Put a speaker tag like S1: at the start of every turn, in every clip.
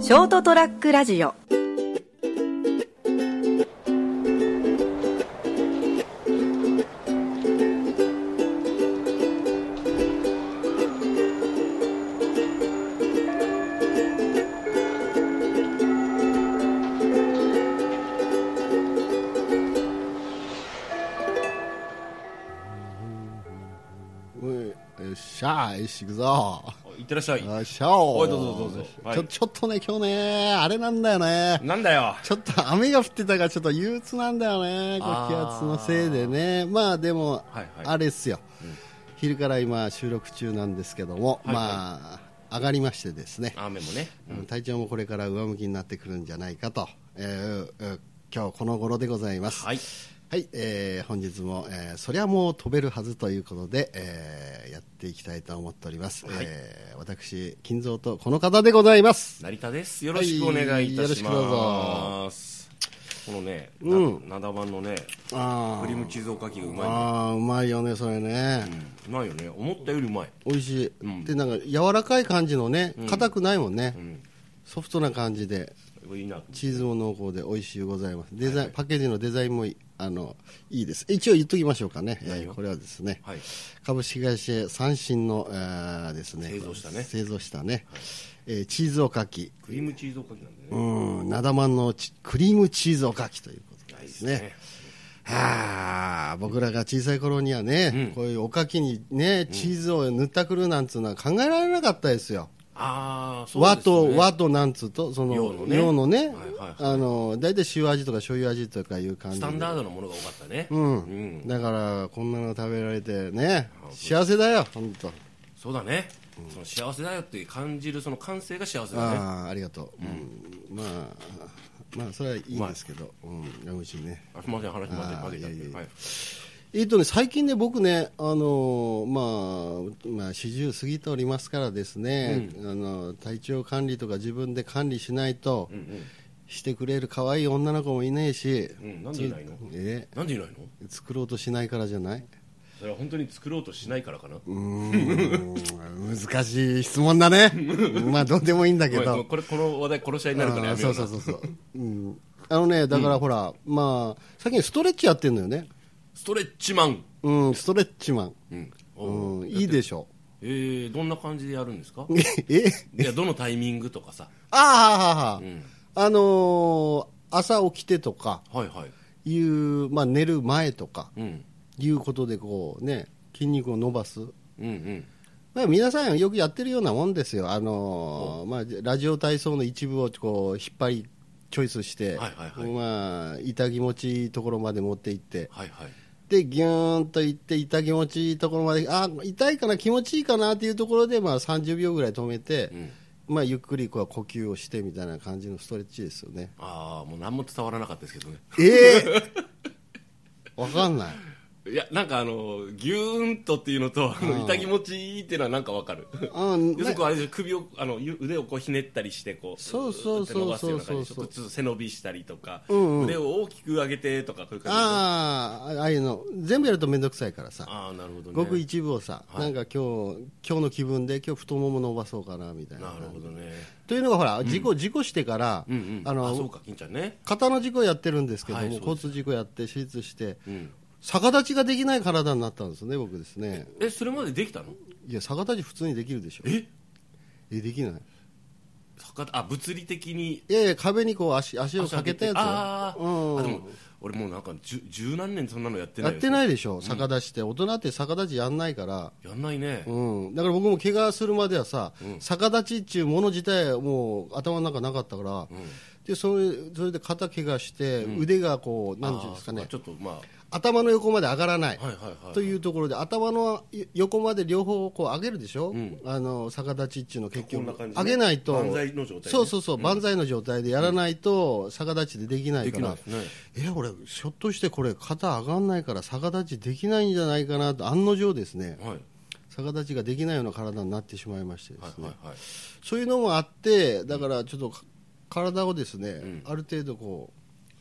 S1: ショートトラックラジオ
S2: おいよっしゃーし行くぞ
S3: いってらっしゃい。
S2: よっしゃー
S3: おいどうぞどうぞはい
S2: ちょちょっとね今日ねあれなんだよね
S3: なんだよ。
S2: ちょっと雨が降ってたからちょっと憂鬱なんだよねこう
S3: あ
S2: 気
S3: ー
S2: 圧のせいでねまあでも、
S3: はいはい
S2: あれっすよ、昼から今収録中なんですけども、
S3: はい
S2: まあ上がりましてですね
S3: 雨もね。
S2: 体調もこれから上向きになってくるんじゃないかと、えーえー今日この頃でございます
S3: はい
S2: はいえー本日も、えーそりゃもう飛べるはずということで、えーやっていきたいと思っております、
S3: はい
S2: えー私金蔵とこの方でございます
S3: 成田です。よろしくお願いいたし
S2: はいよ
S3: ます。このね、
S2: うん
S3: なだばんのね、
S2: あ
S3: クリームチーズおかきがうまいね。
S2: あーうまいよねそれね、
S3: うまいよね。思ったよりうまい。
S2: 美味しい、でなんか柔らかい感じのね硬くないもんね、ソフトな感じで
S3: これいいな。
S2: チーズも濃厚で美味しゅうございますデザイン、パッケージのデザインもいいあのいいです一応言っときましょうかね、えー
S3: 何を
S2: これはですね、
S3: はい
S2: 株式会社三振の、えーですね
S3: 製造したね
S2: 製造したねえーチーズおかき
S3: クリームチーズおかきなんだよ
S2: う
S3: ね。
S2: んなだまんのチクリームチーズおかきということですね
S3: ね
S2: はあ僕らが小さい頃にはね、こういうおかきにねチーズを塗ったくるなんつうのは考えられなかったですよ
S3: ああ、そう
S2: 和
S3: です
S2: と
S3: ね。
S2: 和となんつうとその
S3: 洋のね
S2: 洋のね
S3: はいはいはい
S2: あの大体塩味とか醤油味とかいう感
S3: ス
S2: じ
S3: タ
S2: で
S3: ンダードなものが多かったね。
S2: う
S3: うんん
S2: だからこんなの食べられてね幸せだよ本当
S3: そうだね。その幸せだよって感じるその感性が幸せだね。
S2: ああありがとう、うんまあまあそれはいいんですけどうん美味しいね
S3: あすみません、話まで
S2: あー
S3: 負けちゃっ
S2: いやいやい
S3: て。
S2: や
S3: はい。
S2: えっとね、最近ね、僕ね、あのーまあ、まあ、四十過ぎておりますからですね、あの、体調管理とか自分で管理しないと、してくれる可愛い女の子もいねえし、
S3: うんなんでいないの
S2: え
S3: なんでいないの
S2: 作ろうとしないからじゃない
S3: それは本当に作ろうとしないからかな。
S2: うーん難しい質問だ ね。まあ、どうでもいいんだけ
S3: ごめんごめん
S2: ど。
S3: これ、この話題殺し合いになるから
S2: あ
S3: や
S2: ーそ
S3: めよう
S2: う
S3: な。
S2: そうそう そう。うん、あのね、だからほら、まあ、最近ストレッチやってんのよね。
S3: ストレッチマン。
S2: うん、ストレッチマン。
S3: うん。
S2: うん、いいでしょ。
S3: えー、どんな感じでやるんですか
S2: え
S3: いや、どのタイミングとかさ。
S2: ああ、
S3: ん
S2: あのー朝起きてとか
S3: はいはい。
S2: いう、まあ、寝る前とか
S3: うん。
S2: いうことでこう、ね、筋肉を伸ばす、
S3: うんうん。
S2: まあ、皆さんよくやってるようなもんですよ、あのーまあ、ラジオ体操の一部をこう引っ張りチョイスして、
S3: はいはいはい
S2: まあ、痛気持ちいいところまで持っていって。
S3: はいはい。
S2: でギューンといって痛気持ちいいところまであ痛いかな気持ちいいかなっていうところで、まあ、30秒ぐらい止めて、
S3: うん。
S2: まあ、ゆっくりこう呼吸をしてみたいな感じのストレッチですよね
S3: ああ、もう何も伝わらなかったですけどね。
S2: ええ わかんない。
S3: いや、なんかあの、ギューンとっていうのと、あの痛気持ちいいっていうのはなんかわかる。
S2: う
S3: 要
S2: ん
S3: するにこうあれでしょ首を、あの、ゆ腕をこうひねったりして、こう、
S2: そうそうそう
S3: うって伸ばすような感じ
S2: そうそ
S3: でち
S2: う
S3: ょっとちょっと背伸びしたりとか、
S2: んうん
S3: 腕を大きく上げてとか、こういう感じで
S2: ああ、ああいうの、全部やると面倒くさいからさ、
S3: ああ、なるほどね。
S2: ごく一部をさ、
S3: い
S2: なんか今日今日の気分で、今日太もも伸ばそうかなみたいな
S3: な。るほどね。
S2: というのが、ほら、事故、事故してから、
S3: うんうん。
S2: あ
S3: あそう
S2: の
S3: か、金ちゃんね。
S2: 肩の事故やってるんですけども、
S3: はいそうです
S2: 交通事故やって、手術して、
S3: うん。
S2: 逆立ちができない体になったんですね、僕ですね。
S3: え、それまでできたの
S2: いや、逆立ち普通にできるでしょ。
S3: え
S2: え、できない
S3: 逆あ物理的に
S2: いやいや、壁にこう足足をかけたやつ
S3: あー、
S2: うん
S3: あでも俺もうなんか十十何年そんなのやってな
S2: やっ
S3: いよ
S2: てないでしょ、逆立ちって、大人って逆立ちやんないから、
S3: やんないね、
S2: うん、だから僕も怪我するまではさ、逆立ちっていうもの自体、もう頭の中なかったから、でそれそれで肩怪我して、腕がこう、なんていうんですか
S3: あ
S2: ね
S3: ー、そうちょっとまあ
S2: 頭の横まで上がらない。
S3: はいはいはい
S2: というところで頭の横まで両方こう上げるでしょ、
S3: ん
S2: あの逆立ちっていうの結
S3: こん
S2: 局、
S3: な感じね
S2: 上げないと
S3: 万歳の状態ね
S2: そうそうそう、万歳の状態でやらないと逆立ちでできない
S3: で
S2: か
S3: きな
S2: ら
S3: いですね
S2: え俺、ひょっとしてこれ、肩上がんないから逆立ちできないんじゃないかなと、案の定ですね、
S3: はい
S2: 逆立ちができないような体になってしまいましてで
S3: は
S2: す
S3: い
S2: ね、
S3: はいはい
S2: そういうのもあって、だからちょっとか体をですね、ある程度こ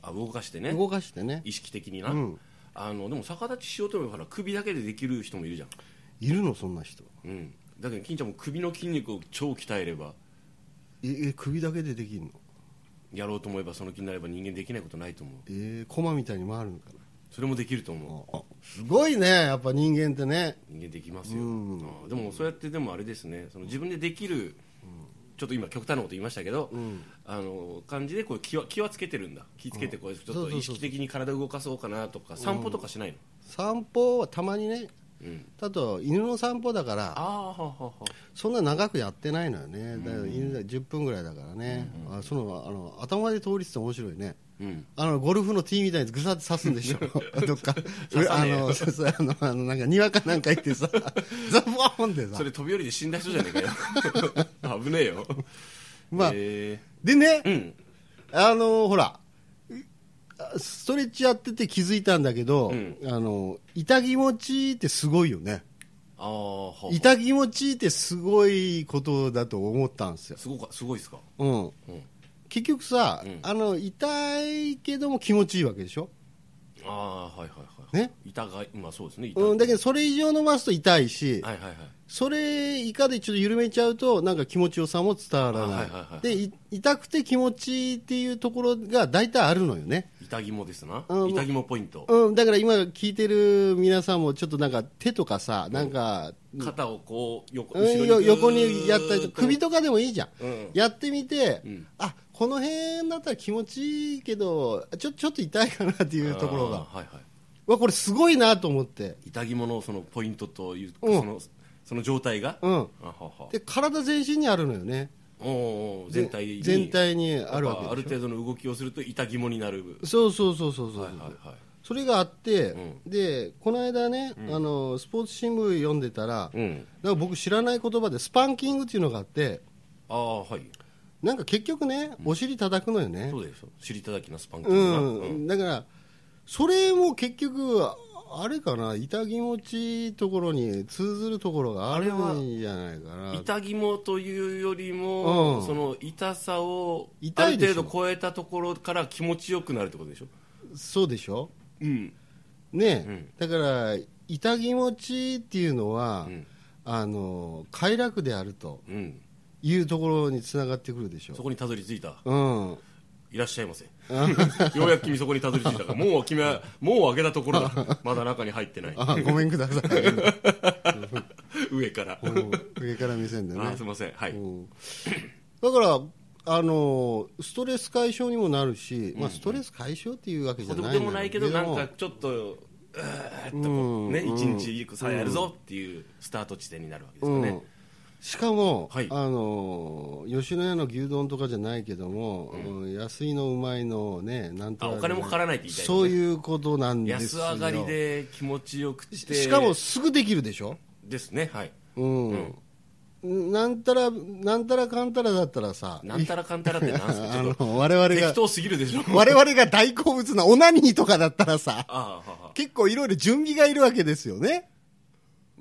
S3: あ動かして
S2: う
S3: ね
S2: 動かしてね、
S3: 意識的にな、
S2: ん
S3: あのでも逆立ちしようと思えばほら首だけでできる人もいるじゃん
S2: いるの、そんな人。
S3: うんだけど金ちゃんも首の筋肉を超鍛えれば
S2: ええ首だけでできるの
S3: やろうと思えばその気になれば人間できないことないと思う
S2: えー、コマみたいに回るのかな
S3: それもできると思
S2: あすごいねやっぱ人間ってね
S3: う人間できますよ、ああでもそうやってでもあれですねその自分でできる、ちょっと今極端なこと言いましたけど、あの感じでこう気は気はつけてるんだ気つけてこうちょっ
S2: そうそう
S3: と
S2: そう
S3: 意識的に体動かそうかなとか散歩とかしないの、
S2: 散歩はたまにね
S3: うん
S2: あと犬の散歩だから
S3: ああははは
S2: そんな長くやってないのよねだから犬だ10分ぐらいだからね、あそのあの頭で通りつて面白いね
S3: うん
S2: あのゴルフのティーみたいにぐさって刺すんで しょどっか
S3: 刺さ
S2: あ
S3: ねえよ
S2: のそうそうあのあのなんかにわかなんか言って さザボーンってさ
S3: それ飛び降りで死んだ人じゃねえ かよ危ねえよ
S2: まあ
S3: え
S2: でね、
S3: ーうん
S2: あのほらあストレッチやってて気づいたんだけど、
S3: うん
S2: あの痛気持ちってすごいよね
S3: ああはは
S2: 痛気持ちってすごいことだと思ったんですよ、
S3: すごかすごいですか
S2: うん
S3: うん
S2: 結局さ、
S3: うん
S2: あの痛いけども気持ちいいわけでしょ、
S3: ああはいはいはい
S2: ね
S3: 痛がいまあそうですね痛い
S2: うん、だけどそれ以上伸ばすと痛いし、
S3: はいはいはい
S2: それ以下でちょっと緩めちゃうとなんか気持ちよさも伝わらない,、
S3: あはいはいはい
S2: でい痛くて気持ちいいっていうところが大体あるのよね、
S3: 痛肝ですな
S2: あもう
S3: 痛肝ポイント
S2: うん、だから今聞いてる皆さんもちょっとなんか手とかさなんか、
S3: 肩をこう横
S2: うん、よ横にやったりと首
S3: と
S2: とかでもいいじゃん、
S3: うん
S2: やってみて、
S3: うん
S2: あこの辺だったら気持ちいいけどちょちょっと痛いかなっていうところが
S3: はいは
S2: わこれすごいなと思って、
S3: い痛肝のそのポイントというか
S2: うん
S3: そのその状態が
S2: うん、
S3: あはは
S2: で体全身にあるのよね
S3: おうおう全体に
S2: 全体にあるわけでしょ
S3: ある程度の動きをすると痛肝になる
S2: そうそうそうそうそう、
S3: はいはいはい
S2: それがあって、
S3: う
S2: でこの間ね、あのスポーツ新聞読んでたら、
S3: うん
S2: なんか僕知らない言葉でスパンキングっていうのがあって
S3: ああはい
S2: なんか結局ね、お尻叩くのよね
S3: そうですよ尻叩きのスパンキン
S2: う
S3: グな、
S2: ん、だからそれも結局あれかな痛気持ちいいところに通ずるところがあるんじゃないかな
S3: 痛肝というよりも、
S2: うん
S3: その痛さを
S2: 痛い
S3: あ
S2: でしょ
S3: る程度超えたところから気持ちよくなるってことでしょ、
S2: そうでしょ
S3: うん、
S2: ね、
S3: うん
S2: だから痛気持ちいいっていうのは、
S3: うん
S2: あの快楽であると
S3: うん、
S2: いうところにつながってくるでしょ
S3: そこにたどり着いた
S2: うん
S3: いらっしゃいませ ようやく君そこにたどり着いたからもう君はもう開けたところだまだ中に入ってない
S2: あごめんくだ さい、
S3: 上から、
S2: うん上から目線でね
S3: あすいませんはい、
S2: うんだからあのストレス解消にもなるし、まあ、ストレス解消っていうわけじ
S3: ほ
S2: ゃない
S3: ど
S2: んだ
S3: でもないけどな
S2: で
S3: んか
S2: も
S3: ちょっとうーっとこうね一日さあやるぞっていうスタート地点になるわけですよね、
S2: うんしかも、
S3: はい
S2: あの吉野家の牛丼とかじゃないけども、うん安いのうまいのねなんとなくね
S3: あお金もかからないって言いたいよね
S2: そういうことなんです
S3: 安
S2: よ
S3: 上がりで気持ちよくして
S2: しかもすぐできるでしょ
S3: ですねはい
S2: うん、なんたらなんたらかんたらだったらさ
S3: なんたらかんたらってなんです か
S2: あ
S3: ちょっと
S2: の我々
S3: 適
S2: が
S3: 当すぎるでしょ
S2: 我々が大好物なオナニーとかだったらさ
S3: ああはは
S2: 結構いろいろ準備がいるわけですよね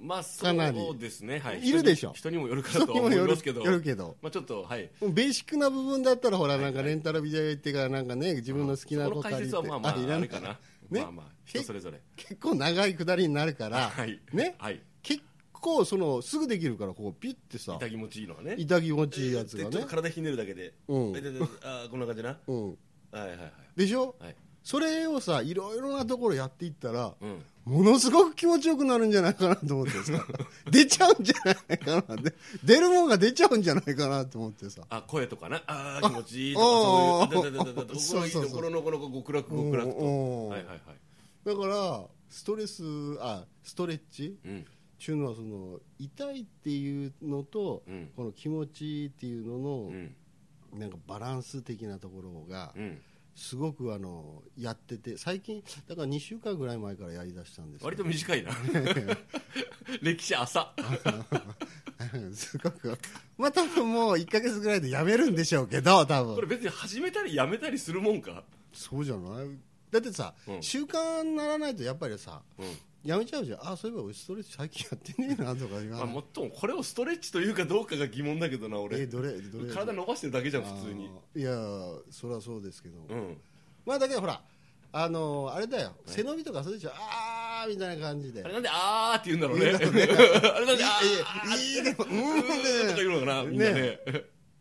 S3: まあそ
S2: かなり
S3: うですねはい
S2: いるでしょ
S3: 人に人にもよるかなとは思いますけど
S2: 人にもよるよるけど
S3: まあちょっとはい
S2: ベーシックな部分だったらほらなんかレンタルビデオ行ってからなんかね自分の好きな
S3: こ
S2: こ
S3: の
S2: と
S3: 解
S2: 借り
S3: 説
S2: て
S3: はまあまあ
S2: あいら
S3: あ
S2: な
S3: れ
S2: い
S3: かな
S2: ね
S3: まあまあ人それぞれ
S2: 結構長い下りになるから
S3: はい
S2: ね
S3: はい
S2: 結構そのすぐできるからここピッてさ
S3: 痛気持ちいいのはね
S2: 痛気持ちいいやつが
S3: でちょっ
S2: ね
S3: と体ひねるだけで
S2: うん
S3: えでででああこんな感じな
S2: うん
S3: はいはいはい
S2: でしょ
S3: はい
S2: それをさいろいろなところやっていったら
S3: うん
S2: ものすごく気持ちよくなるんじゃないかなと思って さ出ちゃうんじゃないかなで出るもんが出ちゃうんじゃないかなと思ってさ
S3: あ声とかなああ気持ちいいと
S2: あ
S3: かそういう
S2: あ
S3: だだだだだ
S2: そうそうそう
S3: 心のこの極楽極楽と
S2: うんうん
S3: はいはいはい
S2: だからストレスあストレッチ
S3: うん
S2: っていうのはその痛いっていうのと、
S3: うん
S2: この気持ちいいっていうのの
S3: う、ん
S2: なんかバランス的なところが
S3: うん
S2: すごくあのやってて最近だから2週間ぐらい前からやりだしたんですけ
S3: 割
S2: ど
S3: と短いな歴史浅
S2: すごくまあ多分もう1か月ぐらいでやめるんでしょうけど多
S3: これ
S2: 分
S3: 別に始めたりやめたりするもんか
S2: そうじゃないだってさ、
S3: うん
S2: 習慣にならないとやっぱりさ
S3: う
S2: やめちゃうじゃんあそういえば俺ストレッチ最近やってねえなとか今
S3: まあもっともこれをストレッチというかどうかが疑問だけどな
S2: え
S3: 俺
S2: どれどれ
S3: 体伸ばしてるだけじゃん普通に
S2: あーいやそりゃそうですけど、
S3: うん
S2: まあだけどほらあのーあれだよ背伸びとかそうでしょあーみたいな感じで
S3: あれなんであーって言うんだろうねあれなんであー
S2: いいいいでもうん
S3: うーんとか言うのかなみんなね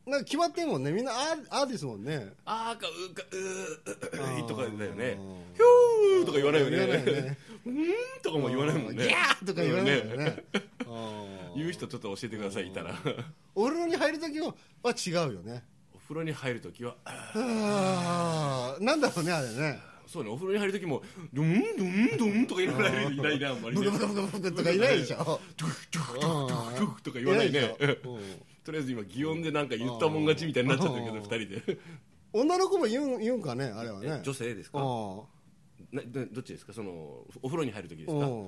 S2: なんか決まってんもんねみんなああですもんね
S3: あーかうーかう
S2: あ
S3: ー
S2: ー
S3: とかだよね
S2: うん
S3: ひょーとか言わないよね
S2: 言わないよね
S3: うーんとかも言わないもんね
S2: ギャーとか言わないよね
S3: ね
S2: あー
S3: 言う人ちょっと教えてくださいいたら
S2: お風呂に入るときはは違うよね
S3: お風呂に入るときはあ
S2: あーなんだろうねあれね
S3: ーそうねお風呂に入るときもドゥンドゥンドゥンとか言わないいないねあんまり
S2: ブ
S3: ね
S2: クブクブクブクとかいないでしょ
S3: ドゥクドゥクドゥクドゥクドゥクとか言わないね
S2: いないでしょうん
S3: とりあえず今擬音でなんか言ったもん勝ちみたいになっちゃってるけど
S2: うん
S3: 二人で
S2: 女の子も言うん言うんかねあれはね
S3: 女性です
S2: あ
S3: か
S2: ー
S3: などどっちですかそのお風呂に入るときで
S2: う
S3: すか
S2: ん
S3: お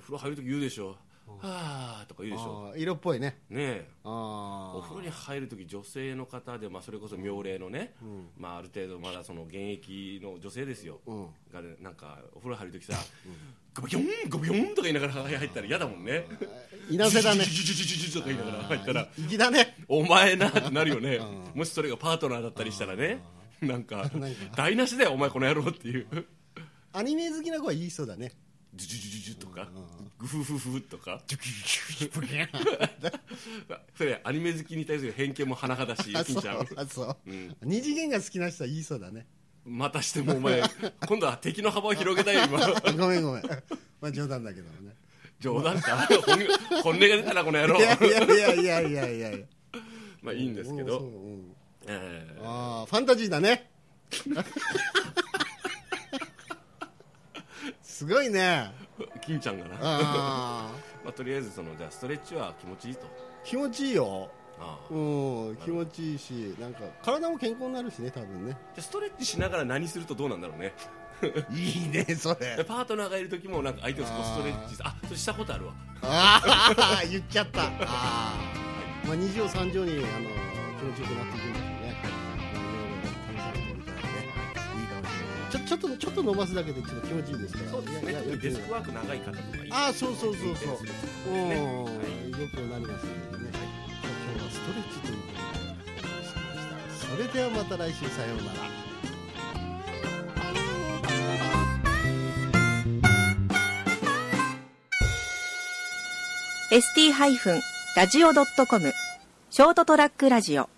S3: 風呂入るとき言うでしょはーとか言うでしょ
S2: あー色っぽいね
S3: ねえ
S2: あ
S3: お風呂に入るとき女性の方で、まあ、それこそ妙齢のね、まあ、ある程度まだその現役の女性ですよ、
S2: うん
S3: がねなんかお風呂入るときさ、ゴビョンゴビョンとか言いながら入ったら嫌だもんね
S2: ーいなせだね
S3: ジュジュジュジュジュジュとか言いながら入ったら
S2: 粋だね
S3: お前なってなるよね、もしそれがパートナーだったりしたらねなんか台無しだよお前この野郎っていう
S2: アニメ好きな子は言いそうだね
S3: ジュジュジュジュジュとかグフフフフとかそれアニメ好きに対する偏見も甚だし
S2: あ
S3: 金
S2: そう
S3: ちゃん
S2: あそう二次元が好きな人は言いそうだね
S3: またしてもお前今度は敵の幅を広げたよ今
S2: ごめんごめん まあ冗談だけどもね
S3: 冗談か本本音が出たなこの野 郎
S2: いやいやいやいやいやいや
S3: まあいいんですけ
S2: うん
S3: ど、
S2: そううん
S3: えー
S2: ああファンタジーだ ねすごいね
S3: 金ちゃんがな
S2: あ
S3: まあ、とりあえずそのじゃあストレッチは気持ちいいと
S2: あ気持ちいいよ
S3: ああ
S2: う
S3: じ
S2: ん気持ちいいしなんか体も健康になるしね多分ね
S3: ゃあストレッチしながら何するとどうなんだろうね
S2: いいねそ
S3: で
S2: れ
S3: パートナーがいる時もなんか相手をこうストレッチあそれしたことあるわ
S2: ああ言っちゃったああまあ2畳3畳にあの気持ちよくなっていくんでしょうねまあいろいろ試されてみたらねいいかもしれないちょちょっとちょっと伸ばすだけでちょっと気持ちいいですから
S3: そうです
S2: い
S3: ね
S2: やい
S3: 特
S2: や
S3: にデスクワーク長い方とかいい
S2: ああそうそうそうそう
S3: 運転する
S2: うん
S3: ね
S2: よくなりますのでね今日はストレッチということでお送りしましたそれではまた来週さようなら
S1: ー ST-radio.com ショートトラックラジオ